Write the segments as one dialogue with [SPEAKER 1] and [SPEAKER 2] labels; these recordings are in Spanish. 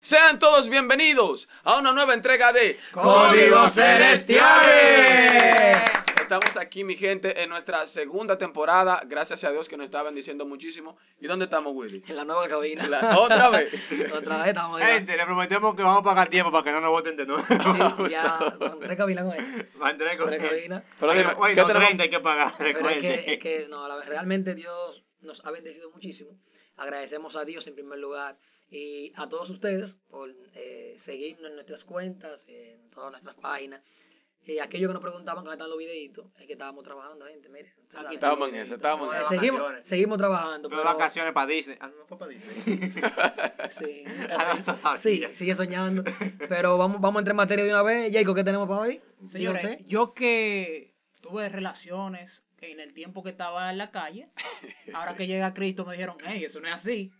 [SPEAKER 1] Sean todos bienvenidos a una nueva entrega de
[SPEAKER 2] Código Celestiales.
[SPEAKER 1] Estamos aquí, mi gente, en nuestra segunda temporada. Gracias a Dios que nos está bendiciendo muchísimo. ¿Y dónde estamos, Willy?
[SPEAKER 3] En la nueva cabina.
[SPEAKER 1] La-
[SPEAKER 2] Oh.
[SPEAKER 1] otra vez.
[SPEAKER 3] Otra vez estamos ahí.
[SPEAKER 2] Gente, le prometemos que vamos a pagar tiempo para que no nos voten de nuevo.
[SPEAKER 3] Sí, ya, con tres cabinas con él.
[SPEAKER 2] Van a entrar con-
[SPEAKER 3] Tres cabinas.
[SPEAKER 1] Pero dime,
[SPEAKER 2] Oye,
[SPEAKER 1] ¿qué
[SPEAKER 2] no,
[SPEAKER 1] tenemos?
[SPEAKER 2] 30 hay que pagar,
[SPEAKER 3] Pero es que,
[SPEAKER 2] recuerde.
[SPEAKER 3] es que, no, la- realmente Dios nos ha bendecido muchísimo. Agradecemos a Dios en primer lugar y a todos ustedes por eh, seguirnos en nuestras cuentas, en todas nuestras páginas. Y aquellos que nos preguntaban cuando están los videitos, es que estábamos trabajando, gente, mire. usted sabe.
[SPEAKER 1] Estábamos en eso, estábamos en
[SPEAKER 3] Eh,
[SPEAKER 1] eso.
[SPEAKER 3] seguimos,
[SPEAKER 2] vacaciones.
[SPEAKER 3] seguimos trabajando.
[SPEAKER 2] Pero
[SPEAKER 3] Pero,
[SPEAKER 2] vacaciones para Disney. Ah, no, fue para Disney.
[SPEAKER 3] sí,
[SPEAKER 2] Ah,
[SPEAKER 3] sí, sigue soñando. Pero vamos, vamos a entrar en materia de una vez. Jacob, ¿qué tenemos para hoy? Diga
[SPEAKER 4] Señores,
[SPEAKER 3] usted.
[SPEAKER 4] yo que tuve relaciones en el tiempo que estaba en la calle, ahora que llega Cristo me dijeron, hey, eso no es así.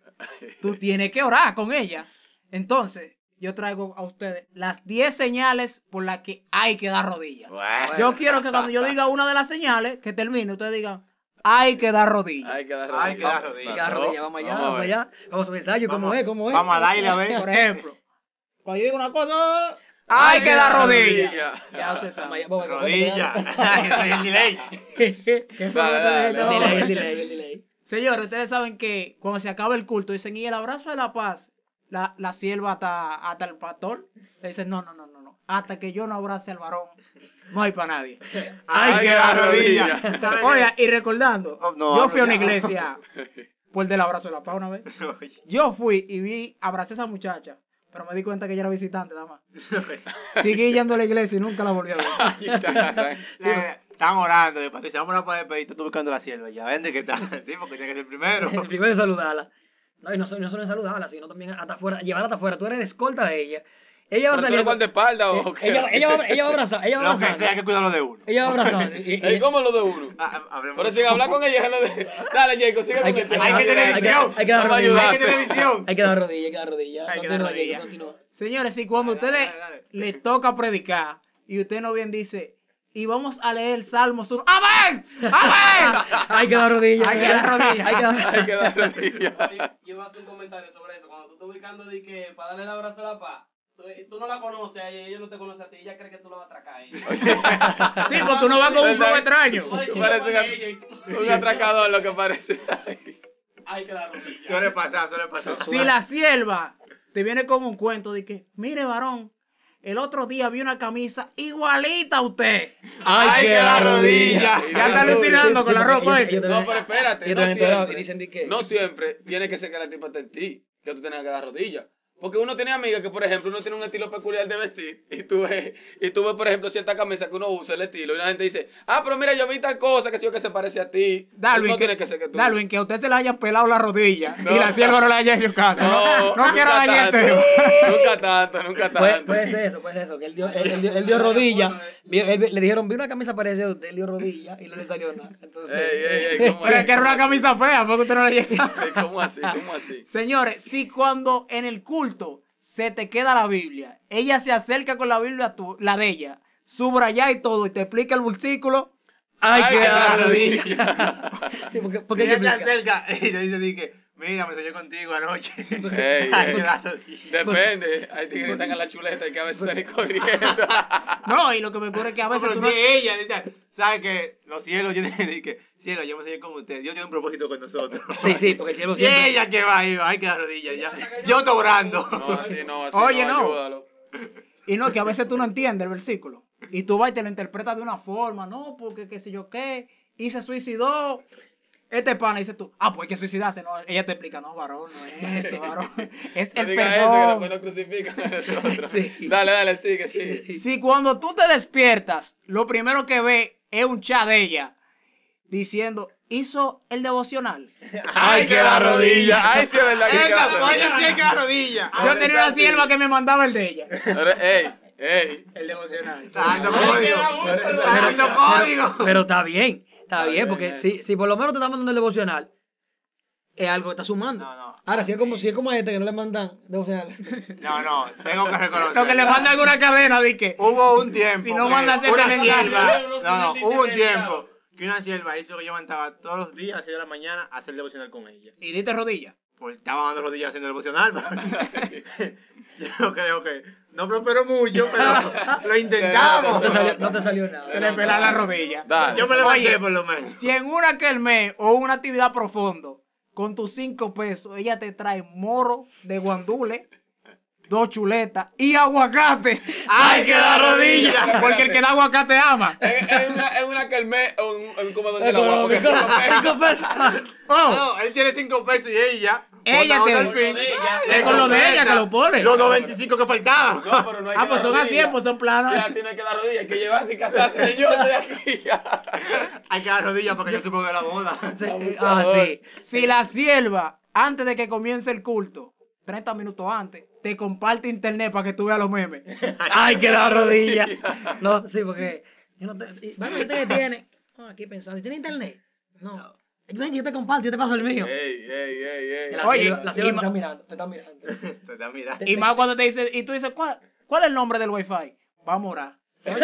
[SPEAKER 4] Tú tienes que orar con ella. Entonces, yo traigo a ustedes las 10 señales por las que hay que dar rodillas.
[SPEAKER 2] Bueno.
[SPEAKER 4] Yo quiero que cuando yo diga una de las señales, que termine, ustedes digan, hay que dar rodillas.
[SPEAKER 1] Hay que dar
[SPEAKER 2] Hay que dar
[SPEAKER 1] rodillas.
[SPEAKER 2] rodillas.
[SPEAKER 3] Ya, rodilla, vamos allá, vamos,
[SPEAKER 1] a ver.
[SPEAKER 3] allá. Vamos a su ensayo, ¿cómo
[SPEAKER 2] Vamos-
[SPEAKER 3] es? ¿Cómo es?
[SPEAKER 2] Vamos a darle a
[SPEAKER 4] Por
[SPEAKER 2] ver.
[SPEAKER 4] ejemplo, cuando yo digo una cosa, hay que dar rodillas.
[SPEAKER 1] rodillas.
[SPEAKER 4] Ya usted sabe.
[SPEAKER 3] Vamos allá, vamos,
[SPEAKER 2] Rodilla. Estoy en delay.
[SPEAKER 4] ¿Qué fue lo que te dije?
[SPEAKER 1] Dale, dale.
[SPEAKER 4] No.
[SPEAKER 3] El delay, el delay, el delay.
[SPEAKER 4] Señores, ustedes saben que cuando se acaba el culto, dicen, y el abrazo de la paz, la, la sierva hasta, hasta el pastor. Le dicen, no, no, no, no, no. Hasta que yo no abrace al varón, no hay para nadie.
[SPEAKER 2] Hay que dar rodilla.
[SPEAKER 1] rodillas.
[SPEAKER 2] ¿Sabes qué?
[SPEAKER 4] Oiga, y recordando,
[SPEAKER 2] Oh, no,
[SPEAKER 4] yo
[SPEAKER 2] hablo
[SPEAKER 4] fui a una
[SPEAKER 2] ya.
[SPEAKER 4] iglesia por el del abrazo de la paz una vez.
[SPEAKER 2] Oye,
[SPEAKER 4] Yo fui y vi, abracé a esa muchacha, pero me di cuenta que ella era visitante nada más. Seguí yendo a la iglesia y nunca la volví a ver.
[SPEAKER 1] Ahí está.
[SPEAKER 2] eh, Están orando, de Patricia, vamos a para el país, estoy buscando la sierva ya, vende que está, sí, porque tiene que ser primero.
[SPEAKER 3] El primero es saludarla. No, y no, so- no solo es saludarla, sino también hasta afuera, llevarla hasta afuera. Tú eres escolta de ella. Ella va
[SPEAKER 1] ¿Pero
[SPEAKER 3] a
[SPEAKER 1] tú
[SPEAKER 3] salir. Eh,
[SPEAKER 1] eres cuál de espalda o qué?
[SPEAKER 3] Ella, ella, va, ella va a abrazar, ella va a
[SPEAKER 2] Lo que sea, hay
[SPEAKER 3] abrazar.
[SPEAKER 2] que cuidarlo de uno.
[SPEAKER 3] Ella va a abrazar. Y- y-
[SPEAKER 1] Ey, Eh, ¿Cómo lo de uno?
[SPEAKER 2] Ah, ah, hablemos.
[SPEAKER 1] Pero sin hablar con ella, no de- dale, Jacob, sigue
[SPEAKER 3] Hay
[SPEAKER 1] con
[SPEAKER 3] que-
[SPEAKER 1] el tema.
[SPEAKER 2] Hay que tener
[SPEAKER 3] hay que-
[SPEAKER 2] visión.
[SPEAKER 3] hay que dar
[SPEAKER 1] Vamos a
[SPEAKER 3] rodillas.
[SPEAKER 1] ayudar.
[SPEAKER 2] Hay que tener visión.
[SPEAKER 3] Hay que dar rodilla, hay que dar rodilla.
[SPEAKER 4] Hay que dar
[SPEAKER 3] Continúa,
[SPEAKER 4] rodilla.
[SPEAKER 3] Jacob, continúa.
[SPEAKER 4] Señores, si cuando
[SPEAKER 2] Dale, dale,
[SPEAKER 4] ustedes
[SPEAKER 2] dale.
[SPEAKER 4] le toca predicar y usted no bien dice, y vamos a leer Salmos 1. ¡Amén! ¡Amén!
[SPEAKER 3] Hay que dar rodilla.
[SPEAKER 4] Hay que dar rodilla.
[SPEAKER 3] Hay que dar-
[SPEAKER 1] Hay que dar rodillas.
[SPEAKER 5] yo, yo iba a hacer un comentario sobre eso. Cuando tú estás ubicando de que para darle el abrazo a la paz, tú, eh, tú no la conoces a ella, ella no te conoce a ti, ella cree que tú la vas a atracar a ella.
[SPEAKER 4] Sí, porque uno va con un fuego
[SPEAKER 1] ¿Verdad?
[SPEAKER 4] extraño.
[SPEAKER 5] Tú decís,
[SPEAKER 1] Parece
[SPEAKER 5] "Yo con
[SPEAKER 1] que-
[SPEAKER 5] ella", y tú-
[SPEAKER 1] Un atracador lo que parece.
[SPEAKER 5] Hay que dar rodillas.
[SPEAKER 2] Suele pasar, suele pasar.
[SPEAKER 4] Si la sierva te viene con un cuento de que, mire, varón, el otro día vi una camisa igualita a usted.
[SPEAKER 2] Hay que dar rodilla.
[SPEAKER 4] Ya está alucinando con la ropa.
[SPEAKER 3] Yo- yo
[SPEAKER 4] ¿oíste?
[SPEAKER 3] también-
[SPEAKER 1] No, pero espérate,
[SPEAKER 3] yo
[SPEAKER 1] no
[SPEAKER 3] también te hago-
[SPEAKER 1] siempre.
[SPEAKER 3] y dicen de que-
[SPEAKER 1] No siempre tiene que ser que la tipa esté en ti, que tú tengas que dar rodillas. Porque uno tiene amigas que, por ejemplo, uno tiene un estilo peculiar de vestir y tú ves, y tú ves por ejemplo, cierta camisa que uno usa el estilo y la gente dice, ah, pero mira, yo vi tal cosa que sí o que se parece a ti.
[SPEAKER 4] Darwin,
[SPEAKER 1] no
[SPEAKER 4] que,
[SPEAKER 1] tiene que ser que tú.
[SPEAKER 4] Darwin, que a usted se le hayan pelado la rodilla
[SPEAKER 1] No.
[SPEAKER 4] y la sierva no le haya hecho caso. No, no
[SPEAKER 1] nunca
[SPEAKER 4] quiero dañar el
[SPEAKER 1] tanto,
[SPEAKER 4] tema.
[SPEAKER 1] Nunca tanto, nunca
[SPEAKER 3] Puede,
[SPEAKER 1] tanto.
[SPEAKER 3] puede ser eso, puede ser eso. Que él dio, él, él dio, él dio rodilla. vio- él- le dijeron, vi una camisa parecida a usted, él dio rodilla y no le salió nada. Entonces,
[SPEAKER 1] Ey, ey, ey, ¿cómo
[SPEAKER 4] Pero es que era una camisa fea, porque usted no le llega.
[SPEAKER 1] Ey, ¿Cómo así? ¿Cómo así?
[SPEAKER 4] Señores, si cuando en el culto se te queda la Biblia, ella se acerca con la Biblia, tu- la de ella, subraya y todo, y te explica el versículo,
[SPEAKER 3] hay que dar rodilla.
[SPEAKER 1] rodillas.
[SPEAKER 3] Sí, porque, porque
[SPEAKER 2] Porque
[SPEAKER 3] hay que
[SPEAKER 2] te
[SPEAKER 3] explicar.
[SPEAKER 2] acerca y te dice así que, mira, me soñé contigo anoche.
[SPEAKER 1] Ey,
[SPEAKER 2] Hay
[SPEAKER 1] ey.
[SPEAKER 2] que dar rodilla.
[SPEAKER 1] Depende, hay tigres que están a la chuleta y que a veces salen corriendo.
[SPEAKER 4] no, y lo que me ocurre es que a
[SPEAKER 2] No,
[SPEAKER 4] veces
[SPEAKER 2] pero
[SPEAKER 4] tú
[SPEAKER 2] si
[SPEAKER 4] no...
[SPEAKER 2] ella dice, sabe que los cielos tienen dice que, cielo, yo me soñé con usted, Dios tiene un propósito con nosotros.
[SPEAKER 3] Sí, sí, porque el cielo
[SPEAKER 2] Si
[SPEAKER 3] siempre.
[SPEAKER 2] ella que va ahí, va, hay que dar rodillas ya. Yo estoy orando.
[SPEAKER 1] No, así no, así
[SPEAKER 4] Oye,
[SPEAKER 1] no.
[SPEAKER 4] no.
[SPEAKER 1] ayúdalo.
[SPEAKER 4] Y no, que a veces tú no entiendes el versículo. Y tú vas y te lo interpretas de una forma, no, porque qué sé yo qué, y se suicidó. Este pana dice tú, ah, pues hay que suicidarse. No, ella te explica, no, varón, no es eso, varón. Es
[SPEAKER 1] No
[SPEAKER 4] el
[SPEAKER 1] diga eso, que
[SPEAKER 4] perdón.
[SPEAKER 1] después nos crucifican a nosotros.
[SPEAKER 3] Sí.
[SPEAKER 1] Dale, dale, sigue, sigue.
[SPEAKER 4] Si cuando tú te despiertas, lo primero que ve es un chat de ella diciendo, hizo el devocional.
[SPEAKER 1] Ay, que la rodilla. Ay, sí, es verdad que hay que
[SPEAKER 2] Esa,
[SPEAKER 1] dar
[SPEAKER 2] oye,
[SPEAKER 1] rodillas.
[SPEAKER 2] sí hay que dar rodillas.
[SPEAKER 4] Yo tenía una sierva que me mandaba el de ella. Ah,
[SPEAKER 1] Pero, Ey, ey.
[SPEAKER 4] El devocional.
[SPEAKER 2] Está dando código. Está dando código.
[SPEAKER 3] Pero está bien, está bien,
[SPEAKER 1] bien,
[SPEAKER 3] porque
[SPEAKER 1] bien.
[SPEAKER 3] si, si por lo menos te están mandando el devocional, es algo que está sumando.
[SPEAKER 2] No, no.
[SPEAKER 3] Ahora, si es como, si es como a este que no le mandan devocional.
[SPEAKER 2] No, no, tengo que
[SPEAKER 4] Lo que le
[SPEAKER 2] reconocer.
[SPEAKER 4] manda alguna cadena, di que.
[SPEAKER 2] Hubo un tiempo.
[SPEAKER 4] Si no
[SPEAKER 2] que
[SPEAKER 4] mandas el
[SPEAKER 2] una
[SPEAKER 4] mensaje.
[SPEAKER 2] sierva-
[SPEAKER 5] Los
[SPEAKER 2] No, no,
[SPEAKER 5] dice
[SPEAKER 2] hubo un
[SPEAKER 5] que
[SPEAKER 2] tiempo que una sierva hizo que yo levantaba todos los días a las 6 de la mañana a hacer devocional con ella.
[SPEAKER 4] Y diste rodilla.
[SPEAKER 2] Pues estaba dando rodillas haciendo devocional. Yo creo que no prosperó mucho, pero lo
[SPEAKER 3] No
[SPEAKER 2] intentamos.
[SPEAKER 3] te salió, no te salió nada.
[SPEAKER 4] Se le pela la rodilla.
[SPEAKER 1] Dale.
[SPEAKER 2] Yo me levanté
[SPEAKER 4] Oye.
[SPEAKER 2] por lo menos.
[SPEAKER 4] Si en una que el mes o una actividad profundo, con tus cinco pesos, ella te trae moro de guandule, dos chuletas y aguacate.
[SPEAKER 2] ¡Ay, que la rodilla!
[SPEAKER 4] Porque el que da aguacate ama.
[SPEAKER 1] Es es una, es una que el mes, o un, un comedor de la guapa. Porque
[SPEAKER 3] Económico.
[SPEAKER 1] cinco pesos.
[SPEAKER 3] Cinco pesos.
[SPEAKER 4] Oh,
[SPEAKER 2] No, él tiene 5 pesos y ella.
[SPEAKER 4] Ella
[SPEAKER 2] botando
[SPEAKER 4] te-
[SPEAKER 2] al fin.
[SPEAKER 5] de ella.
[SPEAKER 2] le
[SPEAKER 4] Es con lo de
[SPEAKER 2] completa
[SPEAKER 4] ella que lo pone.
[SPEAKER 2] Los 95 que faltaban.
[SPEAKER 1] No, pero no hay
[SPEAKER 4] ah,
[SPEAKER 1] que
[SPEAKER 4] pues
[SPEAKER 1] dar
[SPEAKER 4] son a
[SPEAKER 1] rodilla.
[SPEAKER 4] 100, pues son
[SPEAKER 1] Sí,
[SPEAKER 4] planas.
[SPEAKER 1] así no hay que dar rodillas, hay que llevarse y casarse, señor, de aquí.
[SPEAKER 2] Hay que dar rodillas para que yo suponga la boda.
[SPEAKER 3] Sí, eh, Ah,
[SPEAKER 1] Abusador.
[SPEAKER 3] sí.
[SPEAKER 4] Si la sierva, antes de que comience el culto, 30 minutos antes, te comparte internet para que tú veas los memes.
[SPEAKER 3] Ay, que la rodilla. No, sí, porque yo no te. y- Bueno, yo te tiene. Ah, aquí pensando. ¿Tiene internet? No. Ven, yo te comparto, yo te paso el mío.
[SPEAKER 1] Ey, ey, ey, ey.
[SPEAKER 3] La
[SPEAKER 4] Oye,
[SPEAKER 3] sierva- la sierva
[SPEAKER 4] y
[SPEAKER 3] te
[SPEAKER 4] ma-
[SPEAKER 3] está mirando, te está mirando.
[SPEAKER 2] Te está mirando.
[SPEAKER 4] Y más cuando te dice, y tú dices, ¿cuál, cuál es el nombre del wifi? Vamos a orar.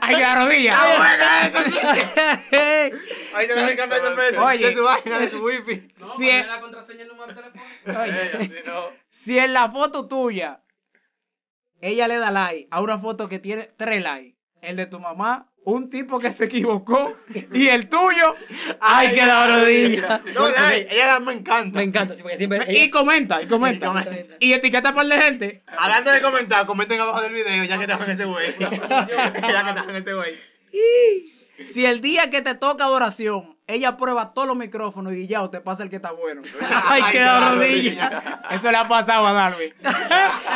[SPEAKER 4] Hay que dar rodillas.
[SPEAKER 2] ¡Buena eso sí! Ahí te están cambiando el peso
[SPEAKER 4] Oye.
[SPEAKER 2] de su vaina, de su wifi.
[SPEAKER 5] No,
[SPEAKER 4] Sí. eh.
[SPEAKER 5] ponerle la contraseña y el número de teléfono.
[SPEAKER 1] Ey, así no.
[SPEAKER 4] Si en la foto tuya, ella le da like a una foto que tiene tres likes, el de tu mamá, un tipo que se equivocó, y el tuyo, hay que dar rodillas.
[SPEAKER 2] No, like, ella me encanta.
[SPEAKER 3] Me encanta, sí, porque siempre.
[SPEAKER 4] Y comenta, y
[SPEAKER 2] Y
[SPEAKER 4] comenta.
[SPEAKER 2] comenta.
[SPEAKER 4] Y etiqueta para la gente.
[SPEAKER 2] Hablando de comentar, comenten abajo del video ya que estaban ese güey. ya que estaban ese güey.
[SPEAKER 4] Si el día que te toca adoración, ella prueba todos los micrófonos y ya o te pasa el que está bueno.
[SPEAKER 2] Ay,
[SPEAKER 4] Hay que
[SPEAKER 2] qué
[SPEAKER 4] dar
[SPEAKER 2] rodilla.
[SPEAKER 4] rodillas. Eso le ha pasado a Darwin.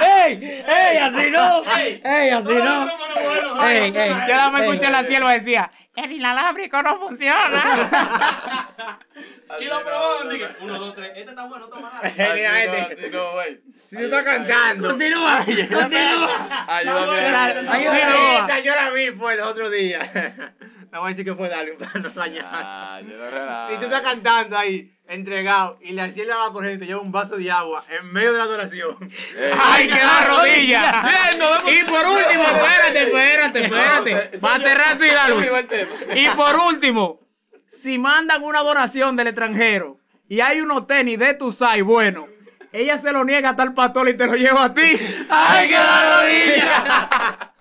[SPEAKER 3] ¡Ey! ¡Ey, así no! ¡Ey, así no! ¡Ey, ey!
[SPEAKER 4] Yo no me escuché en la cielo decía, el inalámbrico no funciona.
[SPEAKER 1] Así
[SPEAKER 5] Y
[SPEAKER 1] no,
[SPEAKER 5] lo probaban.
[SPEAKER 1] no,
[SPEAKER 5] Dije,
[SPEAKER 1] no.
[SPEAKER 5] uno, dos, tres. Este está bueno, toma
[SPEAKER 1] Así
[SPEAKER 5] dale.
[SPEAKER 2] Eh, mira,
[SPEAKER 1] no,
[SPEAKER 2] este.
[SPEAKER 1] así no, güey.
[SPEAKER 2] Si tú estás cantando. Continúa, continúa.
[SPEAKER 1] Ayúdame.
[SPEAKER 4] Claro.
[SPEAKER 1] ayúdame.
[SPEAKER 2] Ayúdame. Yo la vi fue el otro día. No voy a decir que fue Darwin para no dañar.
[SPEAKER 1] Ah, yo no relajo.
[SPEAKER 2] Si tú estás cantando ahí, entregado, y la cielo va corriendo y te lleva un vaso de agua en medio de la adoración.
[SPEAKER 1] Ey.
[SPEAKER 4] Hay que dar rodillas.
[SPEAKER 1] Eh. Bien, nos vemos.
[SPEAKER 4] Y por último, espérate, espérate, espérate. Va a cerrar así, Darwin.
[SPEAKER 1] Arriba el tema.
[SPEAKER 4] Y por último, si mandan una donación del extranjero y hay unos tenis de tu size, bueno, ella se lo niega a tal pastor y te lo lleva a ti.
[SPEAKER 2] ¡Ay, que la rodilla!